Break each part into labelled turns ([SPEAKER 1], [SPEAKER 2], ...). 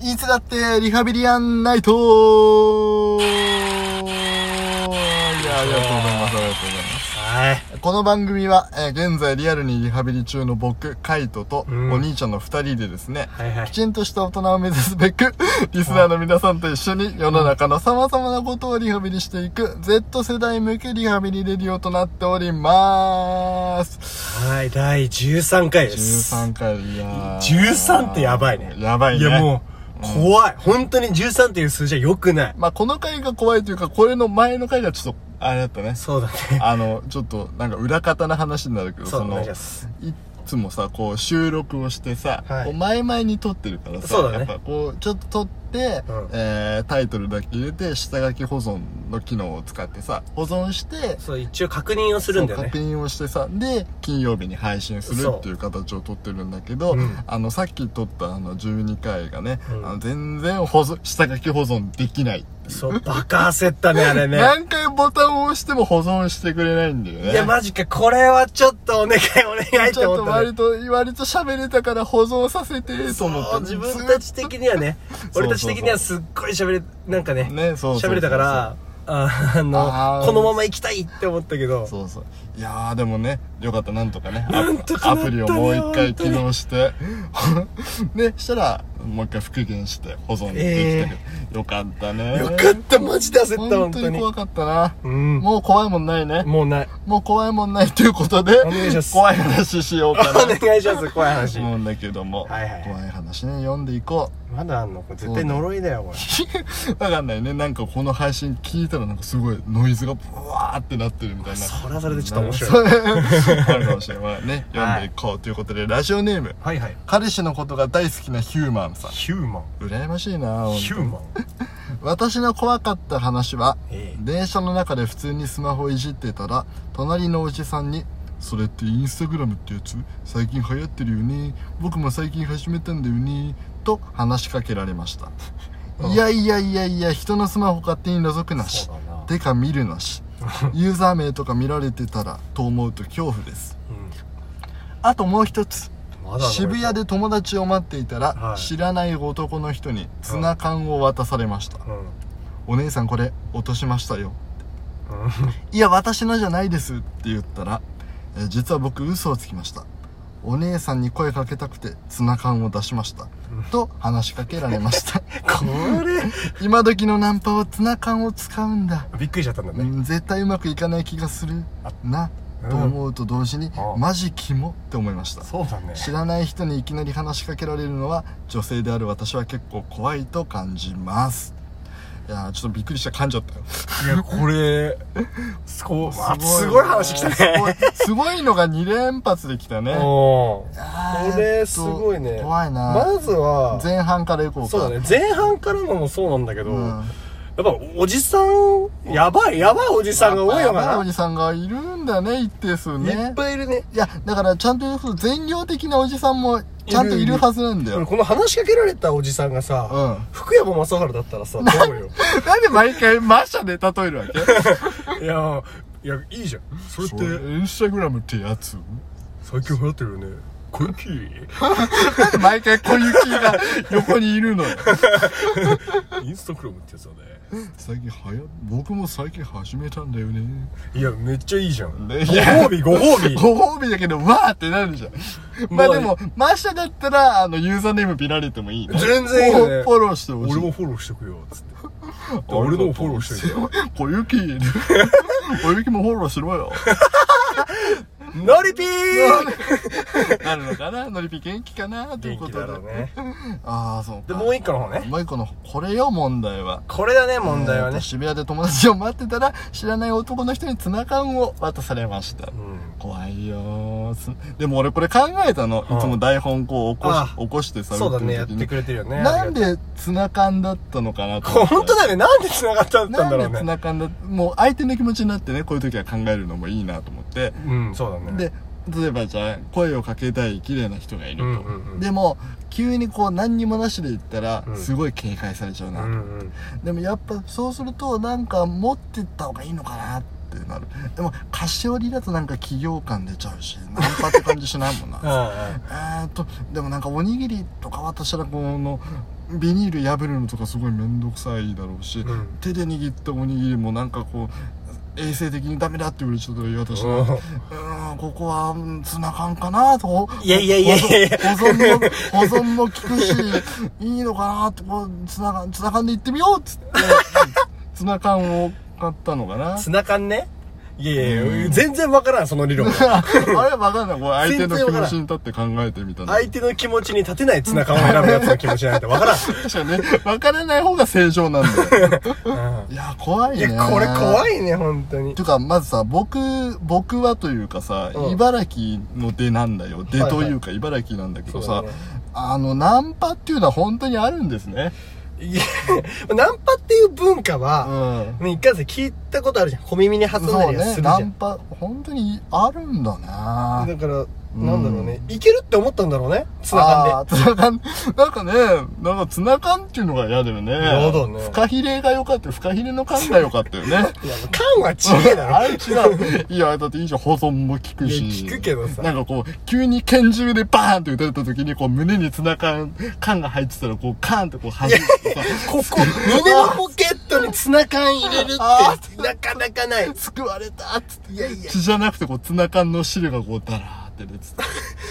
[SPEAKER 1] いつだってリハビリアンナイトいや、ありがとうございます。ありがとうございます。
[SPEAKER 2] はい。
[SPEAKER 1] この番組は、えー現在リアルにリハビリ中の僕、カイトと
[SPEAKER 2] うん
[SPEAKER 1] お兄ちゃんの二人でですね、
[SPEAKER 2] はいはい
[SPEAKER 1] き。ちんとした大人を目指すべく、 リスナーの皆さんと一緒に世の中の様々なことをリハビリしていく、Z 世代向けリハビリレディオとなっております。
[SPEAKER 2] はい、第13回です。
[SPEAKER 1] 13回、いやー
[SPEAKER 2] 13ってやばいね。
[SPEAKER 1] やばいね。
[SPEAKER 2] いやもう、怖い。本当に13っていう数字は良くない。
[SPEAKER 1] まあ、この回が怖いというか、これの前の回がちょっと、あれだったね。
[SPEAKER 2] そうだね。
[SPEAKER 1] あの、ちょっと、なんか裏方の話になるけど、
[SPEAKER 2] そうだね。お
[SPEAKER 1] の
[SPEAKER 2] 願いします
[SPEAKER 1] いつもさこう収録をしてさ、
[SPEAKER 2] はい
[SPEAKER 1] こう前々に撮ってるからさ
[SPEAKER 2] そうだね
[SPEAKER 1] やっぱこうちょっと撮って、
[SPEAKER 2] うん
[SPEAKER 1] えータイトルだけ入れて下書き保存の機能を使ってさ保存して
[SPEAKER 2] そう、一応確認をするんだよ
[SPEAKER 1] そう
[SPEAKER 2] ね
[SPEAKER 1] 確。認をしてさで金曜日に配信する
[SPEAKER 2] そう
[SPEAKER 1] っていう形を取ってるんだけど、
[SPEAKER 2] うん
[SPEAKER 1] あのさっき撮ったあの12回がね、
[SPEAKER 2] うん
[SPEAKER 1] あの全然保存下書き保存できない、
[SPEAKER 2] そう、バカ焦ったね、あれね。
[SPEAKER 1] 何回ボタンを押しても保存してくれないんだよね
[SPEAKER 2] いや、マジか、これはちょっとお願い、お願いっ
[SPEAKER 1] ち
[SPEAKER 2] て
[SPEAKER 1] ょっ
[SPEAKER 2] 思
[SPEAKER 1] と
[SPEAKER 2] ったね
[SPEAKER 1] 割。と、割と喋れたから保存させて、と思って。
[SPEAKER 2] 自分たち的にはね、
[SPEAKER 1] そうそうそう
[SPEAKER 2] 俺たち的にはすっごい喋れ、なんかね、
[SPEAKER 1] ね、そうそうそう
[SPEAKER 2] 喋れたか。ら、ああ
[SPEAKER 1] あ
[SPEAKER 2] の、
[SPEAKER 1] ー
[SPEAKER 2] このまま行きたいって思ったけど、
[SPEAKER 1] そうそう。いやー、でもね、よかった、なんとか ね。ア
[SPEAKER 2] なんとかなったね
[SPEAKER 1] アプリをもう一回
[SPEAKER 2] 本当
[SPEAKER 1] 起
[SPEAKER 2] に
[SPEAKER 1] 動して。 ね、したら、もう一回復元して保存できたけど。よかったね。
[SPEAKER 2] よかった、マジで焦った、
[SPEAKER 1] 本
[SPEAKER 2] 本
[SPEAKER 1] 当
[SPEAKER 2] 当
[SPEAKER 1] に
[SPEAKER 2] に。
[SPEAKER 1] 怖かったな。
[SPEAKER 2] うん。
[SPEAKER 1] もう怖いもんないね。
[SPEAKER 2] もうない。
[SPEAKER 1] もう怖いもんないということで
[SPEAKER 2] お願いしま、す
[SPEAKER 1] 怖い話しよう
[SPEAKER 2] お
[SPEAKER 1] かな。
[SPEAKER 2] 願いします、怖い話。
[SPEAKER 1] 思うんだけども、
[SPEAKER 2] はいはい
[SPEAKER 1] 怖い話ね、読んでいこう。
[SPEAKER 2] まだあんのこれ絶対呪いだよ、これ。
[SPEAKER 1] わかんないね。なんかこの配信聞いたらなんかすごいノイズがブワーってなってるみたいな。
[SPEAKER 2] それはそれでちょっと面
[SPEAKER 1] そ
[SPEAKER 2] 白い。
[SPEAKER 1] う あるかもしれない。まあね、読
[SPEAKER 2] は
[SPEAKER 1] ん
[SPEAKER 2] い
[SPEAKER 1] でいこうということで、ラジオネーム、
[SPEAKER 2] はいはい。
[SPEAKER 1] 彼氏のことが大好きなヒューマンさん。
[SPEAKER 2] ヒューマン。
[SPEAKER 1] 羨ましいな本当
[SPEAKER 2] ヒューマン。
[SPEAKER 1] 私の怖かった話は、
[SPEAKER 2] ええ
[SPEAKER 1] 電車の中で普通にスマホいじってたら、隣のおじさんに、それってインスタグラムってやつ最近流行ってるよね。僕も最近始めたんだよね。と話しかけられました。いやいやいやいや、人のスマホ勝手に覗くなし
[SPEAKER 2] そうだな。
[SPEAKER 1] てか見るな し。ユーザー名とか見られてたらと思うと恐怖です。あともう一つ。
[SPEAKER 2] うんまだ
[SPEAKER 1] 渋谷
[SPEAKER 2] で。
[SPEAKER 1] で友達を待っていたら、
[SPEAKER 2] はい
[SPEAKER 1] 知らない男の人にツナ缶を渡されました、
[SPEAKER 2] うん。
[SPEAKER 1] お姉さんこれ落としましたよ
[SPEAKER 2] うん
[SPEAKER 1] いや私のじゃないですって言ったら、えー実は僕嘘をつきましたお姉さんに声かけたくてツナ缶を出しました、と話しかけられました
[SPEAKER 2] こ
[SPEAKER 1] 今時のナンパはツナ缶を使うんだ
[SPEAKER 2] れ、びっくりしちゃったんだ
[SPEAKER 1] う
[SPEAKER 2] ね。
[SPEAKER 1] ん絶対うまくいかない気がするな、と思うと同時に
[SPEAKER 2] あ
[SPEAKER 1] マジキモって思いました
[SPEAKER 2] そうだね。
[SPEAKER 1] 知らない人にいきなり話しかけられるのは女性である私は結構怖いと感じますいやーちょっとびっくりした噛んじゃったよ
[SPEAKER 2] いや、これ、すごい、
[SPEAKER 1] ね
[SPEAKER 2] すごい話来た
[SPEAKER 1] すごい
[SPEAKER 2] ね。
[SPEAKER 1] すごいのが2連発できたね
[SPEAKER 2] おー
[SPEAKER 1] あー
[SPEAKER 2] これすごいね
[SPEAKER 1] ちょっと怖いな、
[SPEAKER 2] まずは、
[SPEAKER 1] 前半からいこうか
[SPEAKER 2] そうだね、前半からのもそうなんだけど、
[SPEAKER 1] うん
[SPEAKER 2] やっぱおじさん、やばい、やばいおじさんが多いの
[SPEAKER 1] やっぱやばい
[SPEAKER 2] か
[SPEAKER 1] おじさんがいるんだね一定数
[SPEAKER 2] な。いっ
[SPEAKER 1] ね
[SPEAKER 2] ぱいいるね。
[SPEAKER 1] いやだからちゃんと言うと善良的なおじさんもちゃんといるはずなんだよ、
[SPEAKER 2] 俺この話しかけられたおじさんがさ、
[SPEAKER 1] うん
[SPEAKER 2] 福山雅治だったらさ、どう思う よ。
[SPEAKER 1] なんで毎回マシャで例えるわけ
[SPEAKER 2] いや、いや、いいじゃん。それって、
[SPEAKER 1] インスタグラムってやつ
[SPEAKER 2] 最近流行ってるよね。小雪。
[SPEAKER 1] なんで毎回小雪が横にいる のよ。
[SPEAKER 2] インスタグラムってやつだね。
[SPEAKER 1] 最近はや、僕も最近始めたんだよね。
[SPEAKER 2] いや、めっちゃいいじゃん。
[SPEAKER 1] ね
[SPEAKER 2] ご褒美、ご褒美。
[SPEAKER 1] ご褒美だけど、わーってなるじゃん。まあでも、マーシャだったら、あの、ユーザーネーム見られてもいいね。
[SPEAKER 2] 全然いいよね
[SPEAKER 1] フォローしてほしい。
[SPEAKER 2] 俺もフォローしてくよ、つ って。俺のもフォローしてるよ。
[SPEAKER 1] 小雪、 小雪もフォローしろよ。
[SPEAKER 2] ノリピー
[SPEAKER 1] なるのかなノリピ元気かなということで。
[SPEAKER 2] ね。
[SPEAKER 1] ああ、そう
[SPEAKER 2] で、
[SPEAKER 1] か。
[SPEAKER 2] もう一個の方ね。
[SPEAKER 1] もう一個の、これよ、問題は。
[SPEAKER 2] これだね、問題は
[SPEAKER 1] えー
[SPEAKER 2] ね
[SPEAKER 1] と。渋谷で友達を待ってたら知らない男の人にツナ缶を渡されました、
[SPEAKER 2] うん。
[SPEAKER 1] 怖いよーすでも俺これ考えたの、
[SPEAKER 2] うん
[SPEAKER 1] いつも台本こう起こ
[SPEAKER 2] あ
[SPEAKER 1] し起こしてさ
[SPEAKER 2] そうだね、
[SPEAKER 1] 打
[SPEAKER 2] やっ
[SPEAKER 1] る時
[SPEAKER 2] てくれてるよね。
[SPEAKER 1] なんでツナ缶だったのかなと思って
[SPEAKER 2] 本当だね、なんで繋がったんだろ
[SPEAKER 1] な
[SPEAKER 2] うん
[SPEAKER 1] でツ
[SPEAKER 2] ね。
[SPEAKER 1] ナ缶だもう相手の気持ちになってねこういう時は考えるのもいいなと思って、
[SPEAKER 2] うん、そうだね。
[SPEAKER 1] で例えばじゃあ声をかけたい綺麗な人がいる
[SPEAKER 2] う
[SPEAKER 1] と、
[SPEAKER 2] んうんうん。
[SPEAKER 1] でも急にこう何にもなしで行ったら
[SPEAKER 2] うん
[SPEAKER 1] すごい警戒されちゃう
[SPEAKER 2] う
[SPEAKER 1] なと思って
[SPEAKER 2] んうん。
[SPEAKER 1] でもやっぱそうするとなんか持ってった方がいいのかなってなるでも菓子折りだとなんか企業感出ちゃうしナンパ って感じしないもんな
[SPEAKER 2] あ
[SPEAKER 1] えーっとでもなんかおにぎりとか私らこのビニール破るのとかすごい面倒くさいだろうし、
[SPEAKER 2] うん
[SPEAKER 1] 手で握ったおにぎりもなんかこう衛生的にダメだって言われちゃったら嫌だしなうーんここはうんツナ缶かなと
[SPEAKER 2] いやいやいやいやいや
[SPEAKER 1] 保存も保存も効くしいいのかなとこうツナ缶ツナ缶で行ってみようっつってツナ缶を買ったのかな
[SPEAKER 2] ツナ缶ね。いやいやいや、全然わからん、その理論。
[SPEAKER 1] あれわかんないこう相手の
[SPEAKER 2] 全然
[SPEAKER 1] 気
[SPEAKER 2] わから
[SPEAKER 1] 持
[SPEAKER 2] ん
[SPEAKER 1] ちに立って考えてみたんだけ
[SPEAKER 2] 相手の気持ちに立てないツナ缶を選ぶやつの気持ちなんてわ からん。
[SPEAKER 1] ど確かにね分からない方が正常なんだよいや怖い
[SPEAKER 2] い
[SPEAKER 1] ね
[SPEAKER 2] や、これ怖
[SPEAKER 1] い
[SPEAKER 2] いね、本当に
[SPEAKER 1] て。いうか、まずさ、僕、僕はというかさ、
[SPEAKER 2] うん
[SPEAKER 1] 茨城の出なんだよ。出
[SPEAKER 2] はいはい
[SPEAKER 1] というか、茨城なんだけど
[SPEAKER 2] そ
[SPEAKER 1] さ、
[SPEAKER 2] うだね
[SPEAKER 1] あの、ナンパっていうのは本当にあるんですね。
[SPEAKER 2] いや、ナンパっていう文化
[SPEAKER 1] う
[SPEAKER 2] は、
[SPEAKER 1] ん。
[SPEAKER 2] ね一回さ、聞いたことあるじゃん。小耳に挟んだ
[SPEAKER 1] そう
[SPEAKER 2] り
[SPEAKER 1] ね
[SPEAKER 2] はす、るじ
[SPEAKER 1] ナ
[SPEAKER 2] ゃ
[SPEAKER 1] ン
[SPEAKER 2] ん。
[SPEAKER 1] パ、本当にあるんだな
[SPEAKER 2] だから、
[SPEAKER 1] うん
[SPEAKER 2] なんだろうね。いけるって思ったんだろうね、ツナ缶
[SPEAKER 1] あーツナ缶、なん かね、なんかツナ缶っていうのが嫌だよね。
[SPEAKER 2] 嫌だね
[SPEAKER 1] フカヒレが良かったよ。フカヒレの缶が良かったよね。
[SPEAKER 2] で。いや、缶はちげえだろ。
[SPEAKER 1] あれ違 う。いや、だっていいじゃん、保存も効くし。
[SPEAKER 2] いや聞くけどさ
[SPEAKER 1] なんかこう、急に拳銃でバーンって撃たれた時に、こう、胸にツナ缶、缶が入ってたら、こう、カーンってこう、弾いてさ、
[SPEAKER 2] ここ、胸のポケットにツナ缶入れる
[SPEAKER 1] あ
[SPEAKER 2] って、なかなかない。
[SPEAKER 1] 救われたっつって。
[SPEAKER 2] いやいや。
[SPEAKER 1] 血じゃなくて、こう、ツナ缶の汁がこう、ダラーって出てた。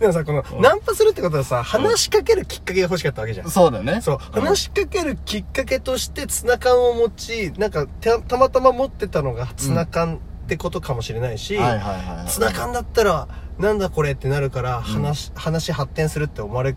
[SPEAKER 2] でもさ、この、ナンパするってことはさ、話しかけるきっかけが欲しかったわけじゃん。
[SPEAKER 1] そうだね。
[SPEAKER 2] そう。話しかけるきっかけとしてツナ缶を持ち、なんかた、たまたま持ってたのがツナ缶ってことかもしれないし、
[SPEAKER 1] はいはいはいはい。
[SPEAKER 2] ツナ缶だったら、なんだこれってなるから、話、話発展するって思われる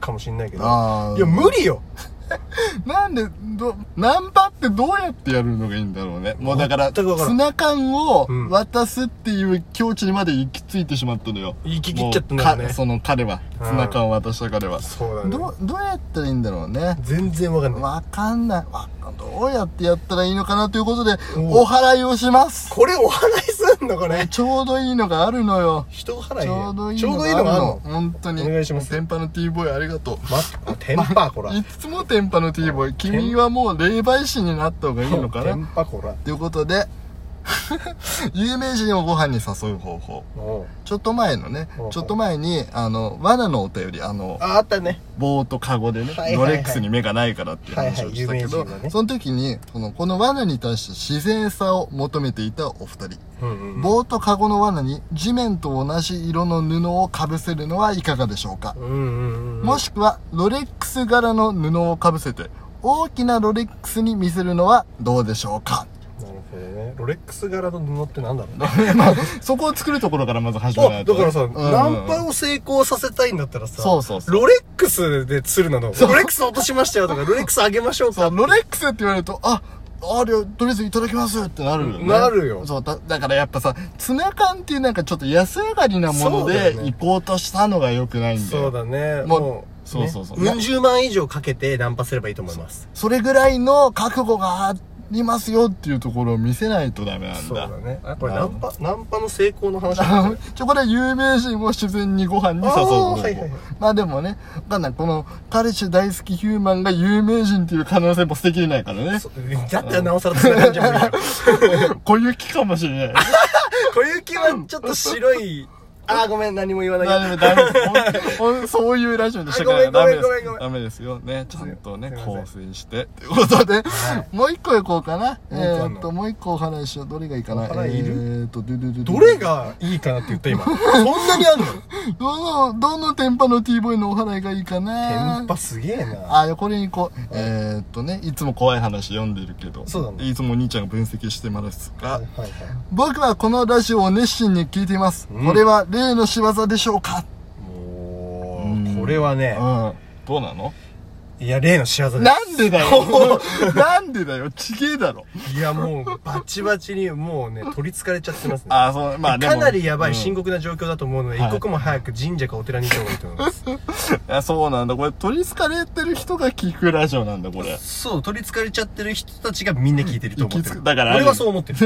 [SPEAKER 2] かもしれないけど、
[SPEAKER 1] ああ。
[SPEAKER 2] いや、無理よ
[SPEAKER 1] なんで、ど、ナンパってどうやってやるのがいいんだろうね。もうだから、
[SPEAKER 2] 全くわからん
[SPEAKER 1] ツナ缶を
[SPEAKER 2] うん
[SPEAKER 1] 渡すっていう境地にまで行き着いてしまったのよ。
[SPEAKER 2] 行き切っちゃったんだよね
[SPEAKER 1] もうかその彼は。
[SPEAKER 2] うん
[SPEAKER 1] ツナ缶を渡した彼は。
[SPEAKER 2] そうだ
[SPEAKER 1] どう、どうやったらいいんだろうね。
[SPEAKER 2] 全然わかんない。
[SPEAKER 1] わかんない。わかんどうやってやったらいいのかなということで、
[SPEAKER 2] うん
[SPEAKER 1] お祓いをします。
[SPEAKER 2] これお話しすんのこれ。
[SPEAKER 1] ちょうどいいのがあるのよ。
[SPEAKER 2] 人払い
[SPEAKER 1] ち
[SPEAKER 2] ね
[SPEAKER 1] ょうどいい
[SPEAKER 2] ちょう
[SPEAKER 1] の
[SPEAKER 2] ど
[SPEAKER 1] が
[SPEAKER 2] いい
[SPEAKER 1] ある
[SPEAKER 2] のがある
[SPEAKER 1] の
[SPEAKER 2] の。。
[SPEAKER 1] 本当に。
[SPEAKER 2] お願いします
[SPEAKER 1] 天パの T ボーイありがとう。
[SPEAKER 2] ま、テンパーこら。
[SPEAKER 1] いつも天パの T ボーイ。君はもう霊媒師になった方がいいのか
[SPEAKER 2] テ
[SPEAKER 1] な
[SPEAKER 2] ンパこら。
[SPEAKER 1] ということで 有名人をご飯に誘う方法
[SPEAKER 2] おう
[SPEAKER 1] ちょっと前のね
[SPEAKER 2] ほうほう
[SPEAKER 1] ちょっと前にあの罠のお便りあの
[SPEAKER 2] あ、あったね。
[SPEAKER 1] 棒とカゴでね、
[SPEAKER 2] はいはいはい
[SPEAKER 1] ロレックスに目がないからっていう話をしたけど、
[SPEAKER 2] はいはい有名人のね
[SPEAKER 1] その時にそのこの罠に対して自然さを求めていたお二人、
[SPEAKER 2] うんうん。
[SPEAKER 1] 棒とカゴの罠に地面と同じ色の布をかぶせるのはいかがでしょうか
[SPEAKER 2] うんうんうん。
[SPEAKER 1] もしくはロレックス柄の布をかぶせて大きなロレックスに見せるのはどうでしょうか
[SPEAKER 2] なるほどね。ロレックス柄の布ってな んだろうね。
[SPEAKER 1] そこを作るところからまず始めな
[SPEAKER 2] あ、
[SPEAKER 1] いと
[SPEAKER 2] だ
[SPEAKER 1] ね。
[SPEAKER 2] からさ、
[SPEAKER 1] うんうん
[SPEAKER 2] ナンパを成功させたいんだったらさ、
[SPEAKER 1] そうそうそう
[SPEAKER 2] ロレックスで釣るなの。ロレックス落としましたよとか、ロレックスあげましょう
[SPEAKER 1] そ
[SPEAKER 2] か。
[SPEAKER 1] う、ロレックスって言われると、あ、あれ、とりあえずいただきますってなるよね。
[SPEAKER 2] なるよ
[SPEAKER 1] そう、だだからやっぱさ、ツナ缶っていうなんかちょっと安上がりなもの
[SPEAKER 2] そうだ
[SPEAKER 1] で
[SPEAKER 2] よね
[SPEAKER 1] 行こうとしたのが良くないんだよ。
[SPEAKER 2] そうだね。
[SPEAKER 1] もう
[SPEAKER 2] もう、
[SPEAKER 1] そうそうそう
[SPEAKER 2] ねうん十万以上かけてナンパすればいいと思います。
[SPEAKER 1] それぐらいの覚悟がありますよっていうところを見せないとダメなん
[SPEAKER 2] そう
[SPEAKER 1] だ
[SPEAKER 2] だ。ね。あ、これ
[SPEAKER 1] な
[SPEAKER 2] ナ
[SPEAKER 1] る
[SPEAKER 2] ン
[SPEAKER 1] ほ
[SPEAKER 2] パ、ナンパの成功の話
[SPEAKER 1] あ
[SPEAKER 2] だ
[SPEAKER 1] のちょ、これは有名人を自然にご飯に誘う方
[SPEAKER 2] あ
[SPEAKER 1] 法
[SPEAKER 2] ーはいはいはい
[SPEAKER 1] まあでもね、わかんない。この、彼氏大好きヒューマンが有名人っていう可能性も捨てきれないからね。
[SPEAKER 2] だったらなおさら繋がんじゃん。 こ
[SPEAKER 1] 小雪かもしれない。
[SPEAKER 2] 雪はちょっと白い、あー、ごめん、何も言わない
[SPEAKER 1] ダメ
[SPEAKER 2] よ。
[SPEAKER 1] ダメですほんほん。そういうラジオにしたから
[SPEAKER 2] ご
[SPEAKER 1] ダ
[SPEAKER 2] め
[SPEAKER 1] メ
[SPEAKER 2] ん
[SPEAKER 1] で
[SPEAKER 2] ごめんごめんご
[SPEAKER 1] す。ダメ
[SPEAKER 2] めん
[SPEAKER 1] ですよね。ちゃんとね
[SPEAKER 2] すい、ません
[SPEAKER 1] 構成して。ということで、もう一個いこうかな。え
[SPEAKER 2] もう一個あんの
[SPEAKER 1] ーっと、もう一個お話ししよう。どれがいいかな。
[SPEAKER 2] お祓いいる
[SPEAKER 1] えーっと、ど
[SPEAKER 2] どれがいいかなって言った今。そんなにあんの
[SPEAKER 1] どの、どのテンパの T ボーイのお祓いがいいかな
[SPEAKER 2] テン。パすげえな。
[SPEAKER 1] あ、これにこう、えーっとね、いつも怖い話読んでるけど、
[SPEAKER 2] そうだね
[SPEAKER 1] いつもお兄ちゃんが分析してますが、
[SPEAKER 2] はいはい。
[SPEAKER 1] 僕はこのラジオを熱心に聞いています。
[SPEAKER 2] うん
[SPEAKER 1] これは例の仕業でしょうか
[SPEAKER 2] も
[SPEAKER 1] うん
[SPEAKER 2] う、これは
[SPEAKER 1] う
[SPEAKER 2] ね、
[SPEAKER 1] ん。どうなの
[SPEAKER 2] いや、例の仕業です。
[SPEAKER 1] なんでだ よなんでだよちげえだろ
[SPEAKER 2] いや、もう、バチバチに、もうね、取り憑かれちゃってますね。
[SPEAKER 1] ああ、そう、まあでも
[SPEAKER 2] かなりやばい、深
[SPEAKER 1] うん
[SPEAKER 2] 刻な状況だと思うので、
[SPEAKER 1] はい
[SPEAKER 2] 一刻も早く神社かお寺に行った方がいいと思います。
[SPEAKER 1] あそうなんだ。これ、取り憑かれてる人が聞くラジオなんだ、これ。
[SPEAKER 2] そう、取り憑かれちゃってる人たちがみんな聞いてると思って
[SPEAKER 1] 行き
[SPEAKER 2] る。
[SPEAKER 1] 着だからあれ
[SPEAKER 2] 俺はそう思ってる。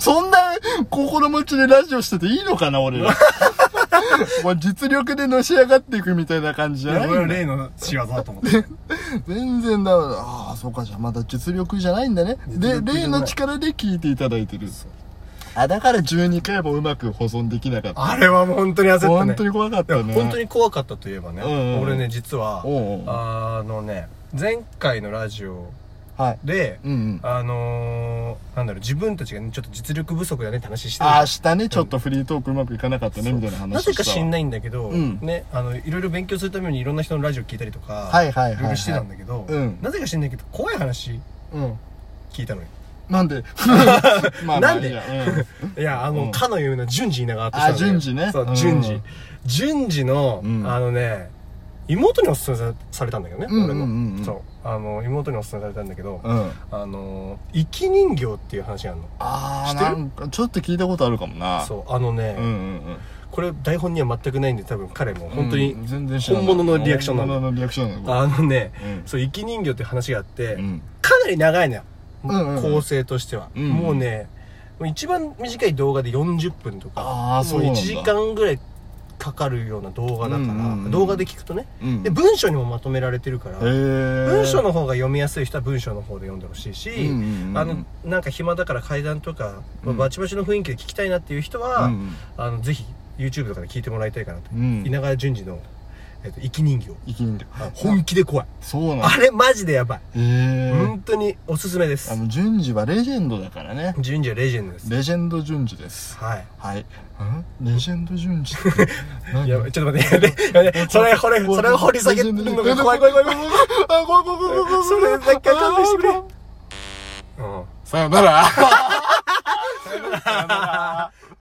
[SPEAKER 1] そんな心持ちでラジオしてていいのかな、 俺ら。もう実力でのし上がっていくみたいな感じじ
[SPEAKER 2] い
[SPEAKER 1] ゃな
[SPEAKER 2] や
[SPEAKER 1] い
[SPEAKER 2] 俺は
[SPEAKER 1] んだ
[SPEAKER 2] 例の仕業だと思ってる。
[SPEAKER 1] 全然ダメだ。ああ、そうか、じゃあまだ実力じゃないんだね。
[SPEAKER 2] 実
[SPEAKER 1] で、
[SPEAKER 2] 力じゃ
[SPEAKER 1] 例
[SPEAKER 2] ない
[SPEAKER 1] の力で聞いていただいてる。あ、だから12回もうまく保存できなかった。
[SPEAKER 2] あれはもう本当に焦ったね。
[SPEAKER 1] 本当に怖かっ
[SPEAKER 2] いや
[SPEAKER 1] たね。
[SPEAKER 2] 本当に怖かったといえばね、
[SPEAKER 1] うんうん
[SPEAKER 2] 俺ね実は
[SPEAKER 1] おうおう
[SPEAKER 2] あのね前回のラジオ
[SPEAKER 1] はい
[SPEAKER 2] で、
[SPEAKER 1] うんうん
[SPEAKER 2] あのー、なんだろう、自分たちがね、ちょっと実力不足だねって話してるじゃ
[SPEAKER 1] あ
[SPEAKER 2] ん
[SPEAKER 1] 明日ねちょっとフリートークうまくいかなかったねみたいな話
[SPEAKER 2] なぜか知ん
[SPEAKER 1] ない
[SPEAKER 2] ないんだけど、
[SPEAKER 1] うん
[SPEAKER 2] ね、あの、いろいろ勉強するためにいろんな人のラジオ聞いたりとか、
[SPEAKER 1] はいはいはいはい
[SPEAKER 2] ろろしてたんだけど、
[SPEAKER 1] うん
[SPEAKER 2] なぜか知んないけど、怖い話
[SPEAKER 1] うん
[SPEAKER 2] 聞いたのよ。
[SPEAKER 1] なん でまあまあ
[SPEAKER 2] なんで
[SPEAKER 1] いいやうん
[SPEAKER 2] いや、あの、
[SPEAKER 1] うん
[SPEAKER 2] かのような順次稲川って人なんだけど
[SPEAKER 1] あ順次ね
[SPEAKER 2] そうう、
[SPEAKER 1] ん
[SPEAKER 2] 順次。順次の、
[SPEAKER 1] うん
[SPEAKER 2] あのね、妹におすすめさされたんだけどね、
[SPEAKER 1] うんうん
[SPEAKER 2] 俺
[SPEAKER 1] うんうん
[SPEAKER 2] の。そう。あの、妹におすすめされたんだけど、
[SPEAKER 1] うん
[SPEAKER 2] あの、生き人形っていう話があるの。
[SPEAKER 1] ああ
[SPEAKER 2] 知って
[SPEAKER 1] な
[SPEAKER 2] る
[SPEAKER 1] んかちょっと聞いたことあるかもな
[SPEAKER 2] そう、あのね、
[SPEAKER 1] うんうんうん
[SPEAKER 2] これ台本には全くないんで、多分彼も本当に、
[SPEAKER 1] うん全然知らない
[SPEAKER 2] 本物のリアクションなの
[SPEAKER 1] 本物のリアクションなの
[SPEAKER 2] あのね、
[SPEAKER 1] うん
[SPEAKER 2] そう、生き人形って話があって、
[SPEAKER 1] うん
[SPEAKER 2] かなり長いのよ、
[SPEAKER 1] うんうん
[SPEAKER 2] 構成としては、
[SPEAKER 1] うん
[SPEAKER 2] もうねもう一番短い動画で40分とか
[SPEAKER 1] あーそうなん
[SPEAKER 2] 1
[SPEAKER 1] だ
[SPEAKER 2] 時間ぐらいかかるような動画だ
[SPEAKER 1] うん
[SPEAKER 2] から、
[SPEAKER 1] うんうん
[SPEAKER 2] 動画で聞くとね
[SPEAKER 1] うん
[SPEAKER 2] で文章にもまとめられてるから、文
[SPEAKER 1] 文
[SPEAKER 2] 章の方が読みやすい人は文章の方で読んでほしいし、あのなんか暇だから階段とか、まあ
[SPEAKER 1] うん
[SPEAKER 2] バチバチの雰囲気で聞きたいなっていう人は、あのぜひ YouTube とかで聞いてもらいたいかなと、稲川淳二の、えっと「生き人形
[SPEAKER 1] 生き人形」
[SPEAKER 2] 本気で怖い、
[SPEAKER 1] そうなんだ
[SPEAKER 2] あれマジでやばい、
[SPEAKER 1] へえ
[SPEAKER 2] 本当におすすめです
[SPEAKER 1] あの順次はレジェンドだからね
[SPEAKER 2] 順次はレジェンドです。
[SPEAKER 1] レジェンド順次です
[SPEAKER 2] はい。
[SPEAKER 1] はいんレジェンド順次って何
[SPEAKER 2] いや、ちょっと待って、やべやべそれ、これ、それを掘り下げるのが怖い怖い怖い怖い。
[SPEAKER 1] あ怖い怖い怖い怖い怖い
[SPEAKER 2] それだけは勘弁してくれ
[SPEAKER 1] さよならさよなら